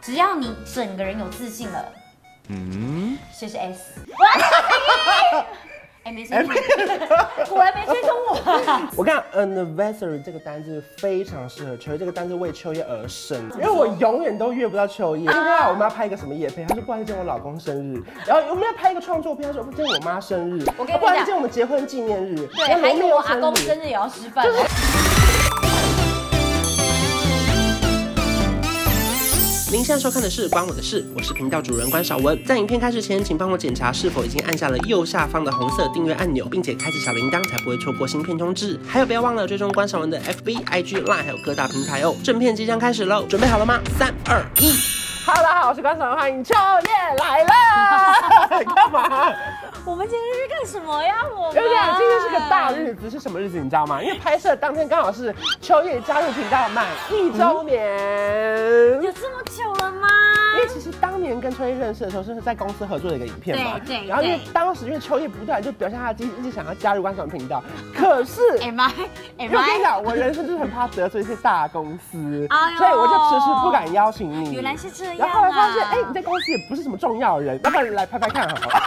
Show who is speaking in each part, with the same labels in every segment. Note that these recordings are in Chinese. Speaker 1: 只要你整个人有自信了，
Speaker 2: 嗯，
Speaker 1: 就是 S。哇哎，没听懂，果然没追踪 我。
Speaker 3: 我看 anniversary 这个单字非常适合秋叶，这个单字为秋叶而生，因为我永远都约不到秋叶。因为啊，我们要拍一个什么夜配，他说不好意思，今天我老公生日，然后我们要拍一个创作片，他说今天我妈生日，
Speaker 1: 我跟你
Speaker 3: 不好意思，
Speaker 1: 讲
Speaker 3: 今天我们结婚纪念日，
Speaker 1: 对，
Speaker 3: 然后
Speaker 1: 还有
Speaker 3: 没
Speaker 1: 我
Speaker 3: 有
Speaker 1: 阿公生日也要吃饭。
Speaker 3: 您现在收看的是《关我的事》，我是频道主人关少文。在影片开始前，请帮我检查是否已经按下了右下方的红色订阅按钮，并且开启小铃铛，才不会错过新片通知。还有，不要忘了追踪关少文的 FB、IG、Line，还有各大平台哦。正片即将开始喽，准备好了吗？三、二、一。哈喽，大家好，我是关少文，欢迎秋叶来了。 干嘛？
Speaker 1: 我们今天是干什么呀？我们啊
Speaker 3: 对不对？今天是个大。日子，是什么日子？你知道吗？因为拍摄当天刚好是秋叶加入频道满一周年。
Speaker 1: 有这么久了吗？
Speaker 3: 因
Speaker 1: 哎
Speaker 3: 为其实当年跟秋叶认识的时候，是在公司合作的一个影片嘛。
Speaker 1: 对对
Speaker 3: 然后因为
Speaker 1: 对
Speaker 3: 当时因为秋叶不断就表现他的积极，一直想要加入观赏频道，可是。
Speaker 1: Am I?
Speaker 3: 因
Speaker 1: Am
Speaker 3: 为我跟
Speaker 1: I?
Speaker 3: 你讲，我人生就是很怕得罪一些大公司，
Speaker 1: 哎呦
Speaker 3: 所以我就迟迟不敢邀请你。
Speaker 1: 原来是这样啊
Speaker 3: 然后后来发现，哎、你在公司也不是什么重要的人，要不然来拍拍看好不好？
Speaker 1: 啊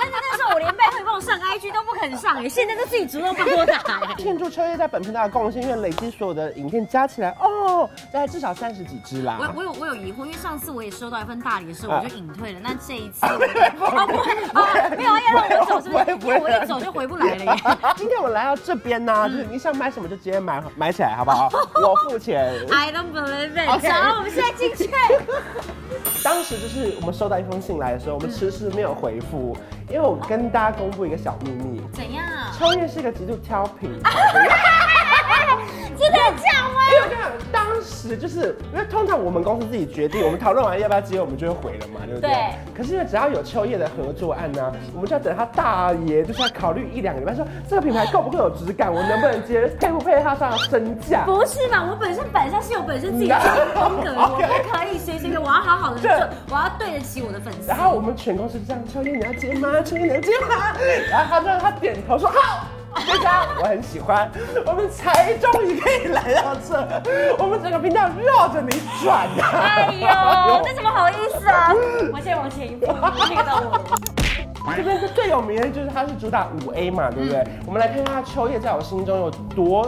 Speaker 1: 真的那时候我连拜会帮我上 IG 都不肯上哎，现在都自己主动帮我打哎。
Speaker 3: 庆祝秋叶在本频道的贡献，因为累积所有的影片加起来，哦，大概至少三十几支啦。
Speaker 1: 我我有我有疑惑，因为上次我也收到一份大礼的时候，
Speaker 3: 啊
Speaker 1: 我就隐退了。那这一次， 哦不会哦，没有啊要让我走，是不是？
Speaker 3: 不
Speaker 1: 因
Speaker 3: 会
Speaker 1: 为
Speaker 3: 不
Speaker 1: 我
Speaker 3: 会
Speaker 1: 一走就回不来了耶。
Speaker 3: 今天我来到这边呢、就是你想买什么就直接买买起来，好不好？我付钱。
Speaker 1: I don't believe it！
Speaker 3: OK
Speaker 1: 好，我们现在进去。
Speaker 3: 当时就是我们收到一封信来的时候，我们迟迟没有回复，因为我跟大家公布一个小秘密，
Speaker 1: 怎 样？
Speaker 3: 秋叶是个极度挑剔的人。
Speaker 1: 真的假吗？
Speaker 3: 因为我跟你讲，当时就是因为通常我们公司自己决定，我们讨论完要不要接，我们就会回了嘛，对不对？
Speaker 1: 对
Speaker 3: 可是因为只要有秋叶的合作案呢、我们就要等他大爷，就是要考虑一两个礼拜，说这个品牌够不够有质感，我能不能接，配不配他上的身价。
Speaker 1: 不是嘛？我本身本身是有本身自己的风格的，我
Speaker 3: OK
Speaker 1: 不可以随随便，我要好好的做
Speaker 3: 对，
Speaker 1: 我要对得起我的粉丝
Speaker 3: 然。后我们全公司就这样，秋叶你要接吗？秋叶你要接吗？然后他就他点头说好。大家，我很喜欢，我们才终于可以来到这，我们整个频道绕着你转 啊！
Speaker 1: 哎呦，那怎么好意思 啊？我现在往前一步，那个到 我。
Speaker 3: 这边是最有名的就是它是主打五 A 嘛，对不对？我们来看看秋叶在我心中有多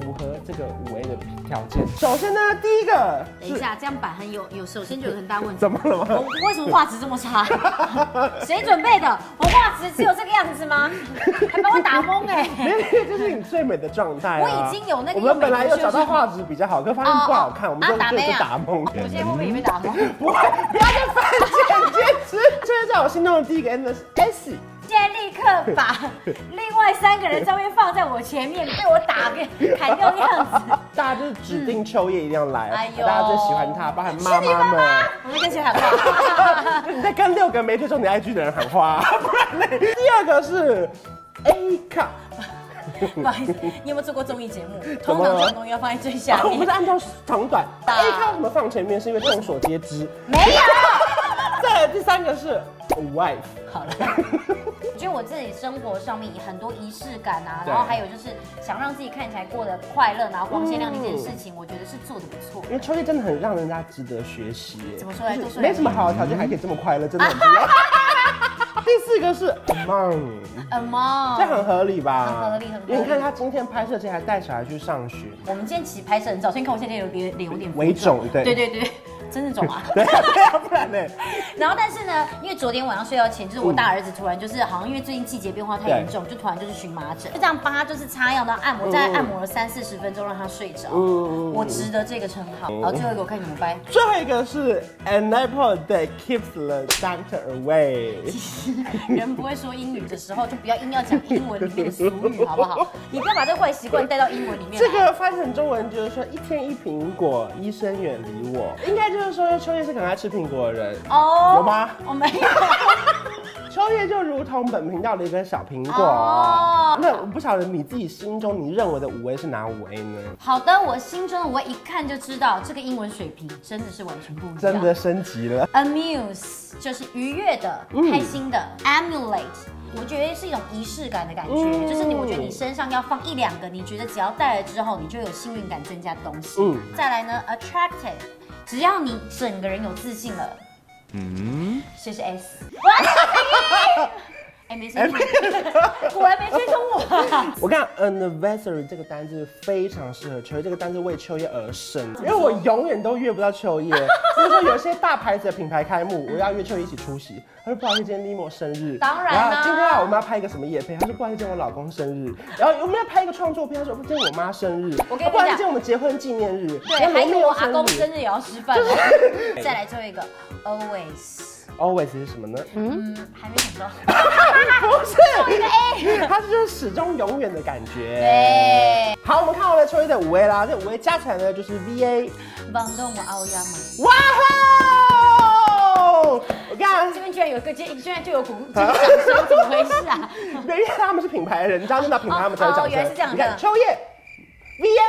Speaker 3: 符合这个五 A 的条件。首先呢，第一个
Speaker 1: 等一
Speaker 3: 是
Speaker 1: 下，这样摆很有有，首先就有很大问题。
Speaker 3: 怎么了吗
Speaker 1: 哎我？我为什么画质这么差？ 谁准备的？我画质只有这个样子吗？ 还把我打懵哎、
Speaker 3: 没有，因为这是你最美的状态、啊。
Speaker 1: 我已经有那个
Speaker 3: 我们本来有找到画质比较好，可发现不好看，
Speaker 1: 哦哦
Speaker 3: 我们就
Speaker 1: 啊打
Speaker 3: 就
Speaker 1: 妹啊
Speaker 3: 是打蒙。
Speaker 1: 我现在会不会也被打懵？
Speaker 3: 不会，不要再犯贱坚持。这是在我心中的第一个 N 的 S。
Speaker 1: 现在立刻把另外三个人照片放在我前面，被我打给砍掉的样子。
Speaker 3: 大家就是指定秋叶一定要来，
Speaker 1: 哎呦
Speaker 3: 大家最喜欢他，包含妈妈们。
Speaker 1: 我们跟谁喊 话？
Speaker 3: 你在跟六个没追踪你 IG 的人喊话、不然嘞。第二个是 A cup，
Speaker 1: 不好意思，你有没有做过综艺节目？
Speaker 3: 怎
Speaker 1: 通
Speaker 3: 么了
Speaker 1: 常这种东西要放在最下
Speaker 3: 我们
Speaker 1: 面
Speaker 3: 是。按照长短。
Speaker 1: 啊
Speaker 3: A cup 怎么放前面？是因为众所皆知。
Speaker 1: 没有。
Speaker 3: 再来第三个是 wife，
Speaker 1: 好了，我觉得我自己生活上面也很多仪式感啊，
Speaker 3: 对
Speaker 1: 然后还有就是想让自己看起来过得快乐，然后光鲜亮丽
Speaker 3: 嗯
Speaker 1: 这件事情，我觉得是做的不错。
Speaker 3: 因为秋叶真的很让人家值得学习耶。
Speaker 1: 怎么说来
Speaker 3: 就
Speaker 1: 多
Speaker 3: 是
Speaker 1: 说来
Speaker 3: 没什么好的条件还可以这么快乐，真的很不容易第四个是 among，这
Speaker 1: Among，
Speaker 3: 很合理吧？
Speaker 1: 哦很合理很合理
Speaker 3: 因为你看他今天拍摄前还带小孩去上学，
Speaker 1: 我们今天起拍摄很早，先看我现在有脸脸有点浮
Speaker 3: 为种对
Speaker 1: 对对对，真的肿 啊。
Speaker 3: 对啊对啊，不然呢？
Speaker 1: 然后，但是呢，因为昨天晚上睡觉前，就是我大儿子突然就是好像因为最近季节变化太严重，就突然就是荨麻疹，就这样帮他就是擦药，然后按摩，再按摩了三四十分钟，让他睡着。
Speaker 3: 嗯
Speaker 1: 我值得这个称号。然后最后一个我看你们掰。
Speaker 3: 最后一个是 an apple that keeps the doctor away。
Speaker 1: 人不会说英语的时候，就不要硬要讲英文里面的俗语，好不好？你不要把这个坏习惯带到英文里面来。
Speaker 3: 这个翻成中文就是说一天一苹果，医生远离我。应该就是说秋叶是很爱吃苹果的人。
Speaker 1: 哦
Speaker 3: 有吗
Speaker 1: 我没有。
Speaker 3: 秋叶就如同本频道的一个小苹果。
Speaker 1: 哦
Speaker 3: 那我不晓得你自己心中你认为的五 A 是哪五 A 呢？
Speaker 1: 好的，我心中的我一看就知道，这个英文水平真的是完全不一样。
Speaker 3: 真的升级了。
Speaker 1: Amuse 就是愉悦的、开心的，Emulate 我觉得是一种仪式感的感觉，
Speaker 3: 嗯
Speaker 1: 就是你我觉得你身上要放一两个，你觉得只要戴了之后，你就有幸运感增加的东西。
Speaker 3: 嗯
Speaker 1: 再来呢，attractive，只要你整个人有自信了，
Speaker 2: 嗯，
Speaker 1: 谢谢 S。哇哎，没声音，果然没追踪我。
Speaker 3: 我看呃 anniversary 这个单字非常适合秋叶，这个单字为秋叶而生，因为我永远都约不到秋 叶。所以说有一些大牌子的品牌开幕，我要约秋叶一起出席，他说不好意思，今天 Limo 生日，
Speaker 1: 当然啦
Speaker 3: 后今天啊我们要拍一个什么夜配，他说不好意思，今天我老公生日，然后我们要拍一个创作片，他说不今天我妈生日，
Speaker 1: 我跟你
Speaker 3: 不好意
Speaker 1: 讲
Speaker 3: 思，今天我们结婚纪念日，
Speaker 1: 对，
Speaker 3: 然后
Speaker 1: 还有
Speaker 3: 罗密
Speaker 1: 我
Speaker 3: 欧
Speaker 1: 阿公生日也要吃饭哦。 再来最后一个，always，
Speaker 3: ，always 是什么呢？
Speaker 1: 嗯，还没想到。
Speaker 3: 不是，它就是始终永远的感觉。
Speaker 1: 对，
Speaker 3: 好，我们看完了秋叶的五 A 啦，这五 A 加起来呢就是 VA。
Speaker 1: 帮动我奥亚嘛，
Speaker 3: 哇吼！我看
Speaker 1: 这，边居然有一个，居居然就有鼓鼓掌声，怎么回事啊？
Speaker 3: 因为他们是品牌人，你知道，那品牌他们才会掌
Speaker 1: 哦哦原来
Speaker 3: 声
Speaker 1: 是这样。
Speaker 3: 你
Speaker 1: 的
Speaker 3: 看秋叶，VA，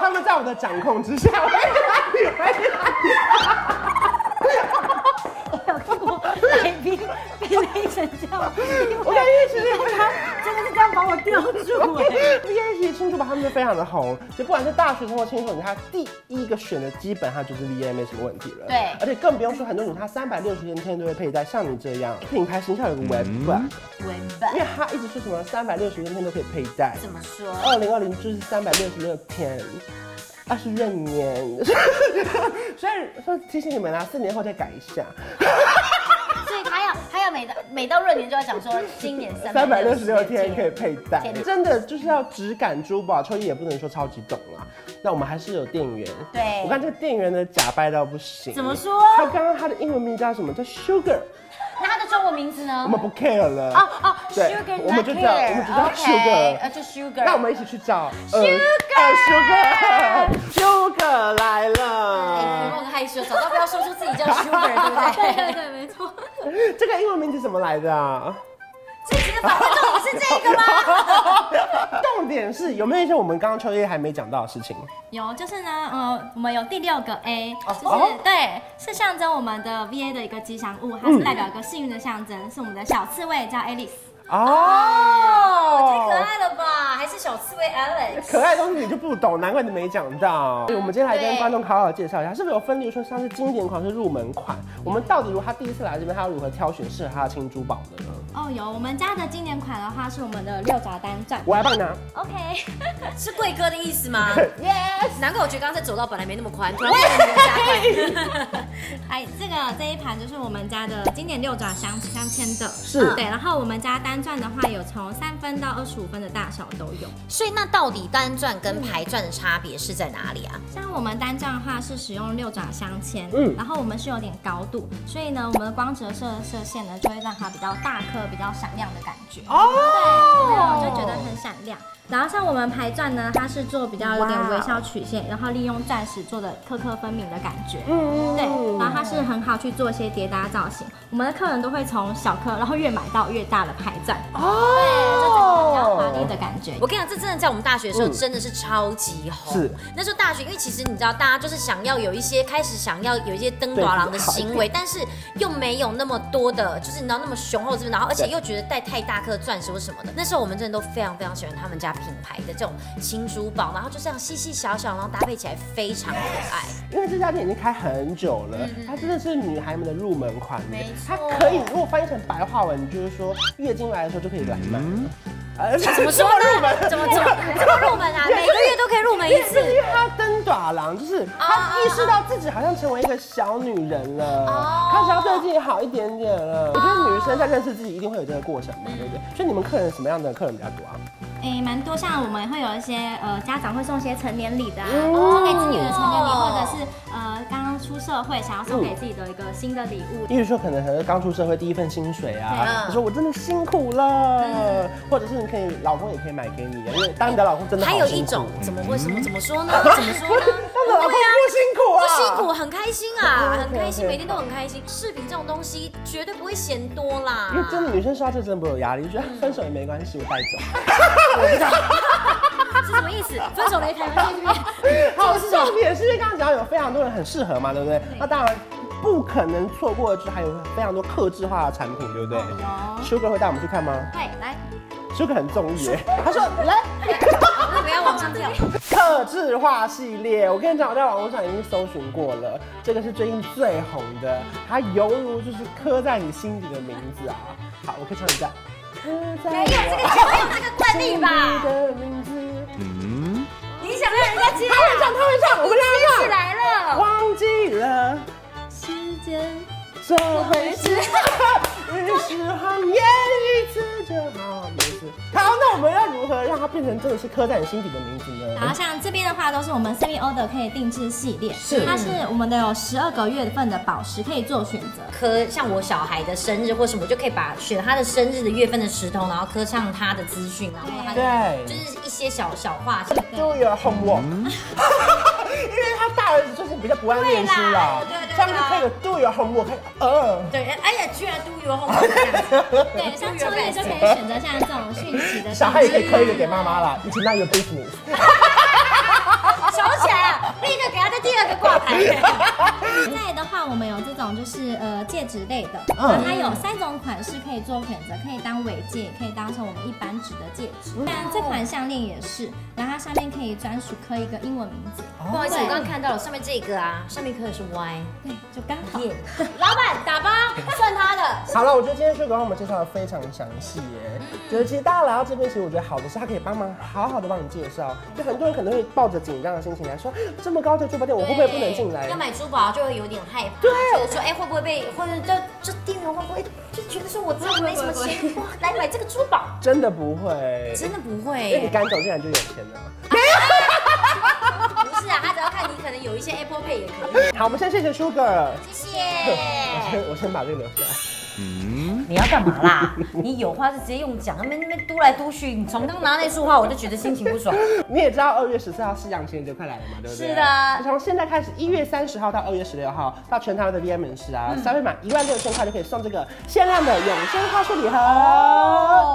Speaker 3: 他们在我的掌控之下。回来，回来。
Speaker 1: 来宾被勒成这样，
Speaker 3: 我感觉其实他。
Speaker 1: 真的是这样把我吊住哎、
Speaker 3: VA 其实庆祝吧，他们就非常的红，就不管是大学生或青少年，他第一个选的基本上就是 VA 没什么问题了。
Speaker 1: 对
Speaker 3: 而且更不用说很多女生，她三百六十天天都会佩戴，像你这样，品牌形象有个 web flag，、
Speaker 1: 文
Speaker 3: 因
Speaker 1: 本
Speaker 3: 为她一直说什么三百六十天天都可以佩戴，
Speaker 1: 怎么说？
Speaker 3: 二零二零就是三百六十六天。二十闰年，所以说提醒你们啦、四年后再改一下，
Speaker 1: 所以他要他要每到每到闰年就要讲说今年三
Speaker 3: 三百
Speaker 1: 百
Speaker 3: 六
Speaker 1: 六
Speaker 3: 十
Speaker 1: 十
Speaker 3: 六
Speaker 1: 六
Speaker 3: 天
Speaker 1: 天
Speaker 3: 可以佩戴
Speaker 1: 天，哪
Speaker 3: 真的就是要只感珠宝，秋叶也不能说超级懂啦。那我们还是有店员，
Speaker 1: 对
Speaker 3: 我看这个店员呢假掰到不行。欸
Speaker 1: 怎么说
Speaker 3: 他刚刚他的英文名叫什么？叫 Sugar，
Speaker 1: 那他的中文名字呢
Speaker 3: 我？们不 care 了。
Speaker 1: 哦哦
Speaker 3: 对
Speaker 1: ，Sugar，
Speaker 3: 我们就叫我们就叫 Sugar
Speaker 1: 呃，就 Sugar。
Speaker 3: 那我们一起去找呃
Speaker 1: Sugar
Speaker 3: Sugar，Sugar 来
Speaker 1: 哎。
Speaker 3: 了。
Speaker 1: 我很害羞，早知道不要说出自己叫 Sugar，对不对？
Speaker 4: 对，没错。
Speaker 3: 这个英文名字怎么来的啊？
Speaker 1: 这其实反正重点是这个吗？
Speaker 3: 重点是有没有一些我们刚刚秋叶还没讲到的事情？
Speaker 4: 有，就是呢，呃，我们有第六个 A，
Speaker 3: 哦
Speaker 4: 就是、
Speaker 3: 哦
Speaker 4: 对，是象征我们的 VA 的一个吉祥物，它是代表一个幸运的象征，是我们的小刺猬，叫 Alice。
Speaker 1: 太可
Speaker 3: 哦，
Speaker 1: 爱了吧？还是小刺猬 Alex。
Speaker 3: 可爱的东西你就不懂，难怪你没讲到。我们今天来跟
Speaker 1: 对
Speaker 3: 观众好好介绍一下，是不是有分，例如说像是经典款是入门款，我们到底如果他第一次来这边，他要如何挑选适合他的轻珠宝的呢？
Speaker 4: 哦，有，我们家的经典款的话是我们的六爪单钻。
Speaker 3: 我来帮你拿。
Speaker 4: OK，
Speaker 1: 是贵哥的意思吗？Yes，难怪我觉得刚才走道本来没那么宽，突然变得加宽。
Speaker 4: 哎，这个这一盘就是我们家的经典六爪镶镶嵌的，
Speaker 3: 是
Speaker 4: 对。然后我们家单钻的话，有从三分到二十五分的大小都有。
Speaker 1: 所以那到底单钻跟排钻的差别是在哪里啊？
Speaker 4: 像我们单钻的话是使用六爪镶嵌，
Speaker 3: 嗯
Speaker 4: 嗯，然后我们是有点高度，所以呢，我们的光折射的射线呢就会让它比较大颗、比较闪亮的感觉。哦，对，我就觉得很闪亮。然后像我们排钻呢，它是做比较有点微笑曲线，然后利用钻石做的颗颗分明的感觉。
Speaker 3: 嗯
Speaker 4: 对，然后它是很好去做一些跌搭造型，我们的客人都会从小颗，然后越买到越大的排钻，对，就整个比较华丽的感觉。
Speaker 1: 我跟你讲，这真的在我们大学的时候
Speaker 3: 嗯
Speaker 1: 真的是超级红。
Speaker 3: 是
Speaker 1: 那时候大学，因为其实你知道，大家就是想要有一些开始想要有一些登短郎的行为，但是又没有那么多的，就是你知道那么雄厚这边，然后而且
Speaker 3: 对
Speaker 1: 又觉得戴太大颗钻石或什么的。那时候我们真的都非常非常喜欢他们家品牌的这种轻珠宝，然后就这样细细小小，然后搭配起来非常可爱。
Speaker 3: 因为这家店已经开很久了，它真的是女孩们的入门款耶。
Speaker 1: 没
Speaker 3: 它
Speaker 1: 错
Speaker 3: 可以，如果翻译成白话文，就是说月经来的时候就可以来买了。呃，
Speaker 1: 怎
Speaker 3: 怎
Speaker 1: 么说 呢？怎么怎么怎么入门啊？每个月都可以入门一次。
Speaker 3: 因为她登短郎，就是
Speaker 1: 啊
Speaker 3: 她意识到自己好像成为一个小女人
Speaker 1: 哦
Speaker 3: 了，开始要对自己好一点点了。我觉得女生在认识自己一定会有这个过程嘛，对不
Speaker 1: 嗯
Speaker 3: 对？所以你们客人什么样的客人比较多啊？
Speaker 4: 诶，哎蛮多，像我们会有一些呃家长会送一些成年礼的啊，
Speaker 3: 哦
Speaker 4: 送给子女的成年礼，或者是呃刚刚出社会想要送给自己的一个新的礼物。
Speaker 1: 嗯
Speaker 3: 例如说，可能很多刚出社会第一份薪水啊，
Speaker 1: 对
Speaker 3: 你说我真的辛苦
Speaker 1: 嗯
Speaker 3: 了，或者是你可以，老公也可以买给你啊，因为当你的老公真的好
Speaker 1: 还有一
Speaker 3: 辛苦
Speaker 1: 种怎么会什么怎么 说呢？怎么说呢？
Speaker 3: 当你的老公不辛苦啊，
Speaker 1: 不辛苦，很开心啊，
Speaker 3: 对
Speaker 1: 很开心，
Speaker 3: 对
Speaker 1: 每天都很开心。饰品这种东西绝对不会嫌多啦
Speaker 3: 因为。真的女生刷这真的不会有压力，就觉得
Speaker 1: 嗯
Speaker 3: 分手也没关系，我带走。
Speaker 1: 是什么意思？分手擂台吗？
Speaker 3: 好，重点是因为刚刚讲到有非常多人很适合嘛，对不对？那当然。不可能错过的，就是还有非常多克制化的产品，对
Speaker 1: 哦
Speaker 3: 不对
Speaker 1: 啊
Speaker 4: 有
Speaker 3: ？Sugar 会带我们去看吗
Speaker 4: 会来，
Speaker 3: ？Sugar 很中意耶，他说来
Speaker 1: 不要往上跳。
Speaker 3: 克制化系列，我跟你讲，我在网络上已经搜寻过了，这个是最近最红的，它犹如就是刻在你心底的名字啊。好，我可以唱一下。刻在
Speaker 1: 没有这个没有这个惯例吧
Speaker 3: 你？的名字，
Speaker 1: 你想让人家接啊？
Speaker 3: 他会唱，我们
Speaker 1: 起
Speaker 3: 俩
Speaker 1: 来了
Speaker 3: 唱，。忘记了
Speaker 4: 时间
Speaker 3: 这回事，于是谎言一次就好，没事。好，那我们要如何让它变成真的是刻在你心底的名字
Speaker 4: 然
Speaker 1: 啊
Speaker 4: 后
Speaker 3: 呢？
Speaker 4: 像这边的话，都是我们 semi order 可以定制系列，
Speaker 1: 是
Speaker 4: 它是我们的有十二个月份的宝石可以做选择。
Speaker 1: 刻像我小孩的生日或什么，我就可以把选他的生日的月份的时头，然后刻上他的资讯，然后他的
Speaker 3: 对
Speaker 1: 就。是一些小小话。
Speaker 3: 就有 homework，、因为他大儿子就是比较不爱念书啊啦，
Speaker 1: 对啦对对
Speaker 3: 这样就可以有 do your homework，呃，
Speaker 1: 对，哎呀，居然都有红这样子。
Speaker 4: 对，像秋叶就可以选择像这种讯息 的
Speaker 3: 小孩也可以刻
Speaker 4: 定
Speaker 1: 嗯
Speaker 3: 一个给妈妈啦，以前那有 business，
Speaker 1: 想起来了，立刻给他在第二个挂牌。
Speaker 4: 制。再来的话，我们有这种就是呃戒指类的，
Speaker 3: 嗯
Speaker 4: 然后它有三种款式可以做选择，可以当尾戒，也可以当成我们一般指的戒指。
Speaker 3: 嗯
Speaker 4: 当然这款项链也是，然后它上面可以专属刻一个英文名字，
Speaker 3: 哦
Speaker 1: 不好意思，我刚刚看到了上面这个啊，上面刻的是 Y。
Speaker 4: 对，就刚好。
Speaker 1: 耶，老板打吧，算他的。
Speaker 3: 好了，我觉得今天薛哥帮我们介绍的非常详细耶，觉得其实大家来到这边，其实我觉得好的是他可以帮忙好好的帮你介绍，就很多人可能会抱着紧张的心情来说，这么高的珠宝店我会不会不能进来
Speaker 1: 要？买珠宝就会有点害怕，
Speaker 3: 对
Speaker 1: 觉得说哎会不会被，或者就就店员会不会就觉得说我真的没什么 钱，哇来买这个珠宝，
Speaker 3: 真的不会，
Speaker 1: 真的不
Speaker 3: 因哎为你
Speaker 1: 会。
Speaker 3: 敢走进来就有钱了。
Speaker 1: 不是啊，他只要看你可能有一些 Apple Pay 也可以。
Speaker 3: 好，我们先谢谢 Sugar，
Speaker 1: 谢
Speaker 3: 我
Speaker 1: 谢。
Speaker 3: 先我先把这个留下来。
Speaker 1: 你要干嘛啦？ 你有话是直接用讲，那边那边嘟来嘟去。你从刚拿那束花，我就觉得心情不 爽。
Speaker 3: 你也知道二月十四号西洋情人节快来了嘛，对不对？
Speaker 1: 是的
Speaker 3: 从现在开始，一月三十号到二月十六号，到全台湾的 VM 门市
Speaker 1: 嗯
Speaker 3: 啊，消费满一万六千块就可以送这个限量的永生花束礼盒。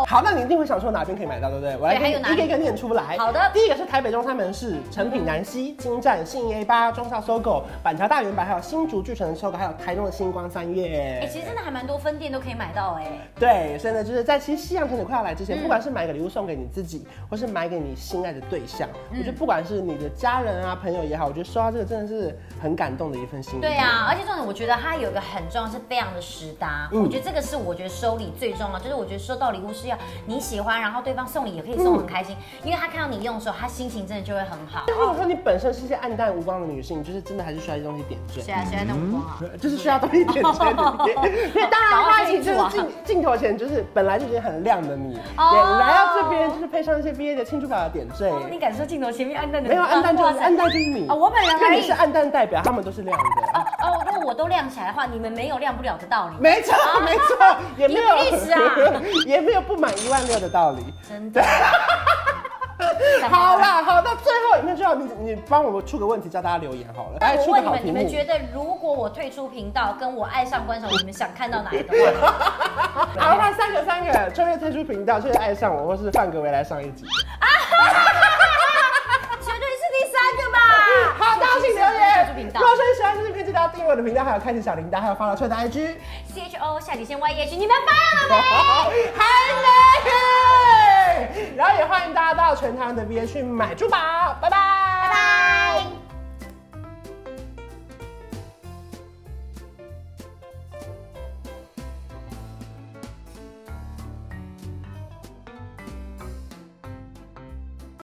Speaker 3: 好，那你一定会想说哪边可以买到，对不对？我来
Speaker 1: 哦对
Speaker 3: 给
Speaker 1: 还有哪
Speaker 3: 你
Speaker 1: 里
Speaker 3: 一个一个念出来。
Speaker 1: 好的
Speaker 3: 第一个是台北中山门市、成品南西、金站、信义 A 八、中校搜狗、板桥大圆百，还有新竹巨城的搜狗，还有台中的星光三月。
Speaker 1: 哎、其实真的还蛮多分店都可以买到哎、
Speaker 3: 对，所以呢，就是在其实西洋情人快要来之前，不管是买个礼物送给你自己，或是买给你心爱的对象，我觉得不管是你的家人啊、朋友也好，我觉得收到这个真的是很感动的一份心意。
Speaker 1: 对啊，而且重点，我觉得它有一个很重要，是非常的实搭。
Speaker 3: 嗯
Speaker 1: 我觉得这个是我觉得收礼最重要，就是我觉得收到礼物是要你喜欢，然后对方送礼也可以送很开心，
Speaker 3: 嗯
Speaker 1: 因为他看到你用的时候，他心情真的就会很好。
Speaker 3: 但如果说你本身是一些暗淡无光的女性，就是真的还是需要一些东西点缀
Speaker 1: 谁。啊谁啊，那我光啊？
Speaker 3: 就是需要东西点缀你，因 为当然啦，你就
Speaker 1: 把我
Speaker 3: 是
Speaker 1: 记住啊
Speaker 3: 镜镜头前就是本来就已经很亮的你，
Speaker 1: 哦
Speaker 3: 对，来到这边就是配上一些毕业的庆祝表的点缀，
Speaker 1: 哦你敢说镜头前面暗淡的
Speaker 3: 没有暗淡就是
Speaker 1: 哇塞
Speaker 3: 暗淡就是你
Speaker 1: 啊我本人而已
Speaker 3: 因为你是暗淡代表，他们都是亮的
Speaker 1: 哦，哦，如果我都亮起来的话，你们没有亮不了的道理。
Speaker 3: 没错，
Speaker 1: 啊
Speaker 3: 没 错，也没有
Speaker 1: 你不历史啊
Speaker 3: 也没有不满一万六的道理。
Speaker 1: 真的，
Speaker 3: 好啦，好，那最后那就要你你帮我们出个问题，叫大家留言好了。哎
Speaker 1: 那我
Speaker 3: 出
Speaker 1: 问
Speaker 3: 个
Speaker 1: 你
Speaker 3: 好
Speaker 1: 们，你
Speaker 3: 题
Speaker 1: 们
Speaker 3: 目。
Speaker 1: 觉得如果我退出频道，跟我爱上观赏，你们想看到哪 一个画面？
Speaker 3: 啊好，那三个三个，秋月退出频道，秋月爱上我，或是范格维来上一集。
Speaker 1: 绝对是第三个吧。
Speaker 3: 好，大家请
Speaker 1: 退出
Speaker 3: 留言。
Speaker 1: 频
Speaker 3: 如
Speaker 1: 道
Speaker 3: 果说你喜欢这支片，记得要订阅我的频道，还有开启小铃铛，还有发到秋的 IG。
Speaker 1: C H O 下底线 Y E H，你们发了没？
Speaker 3: 还没。然后也欢迎大家到全台湾的 V A 去买珠宝，拜拜。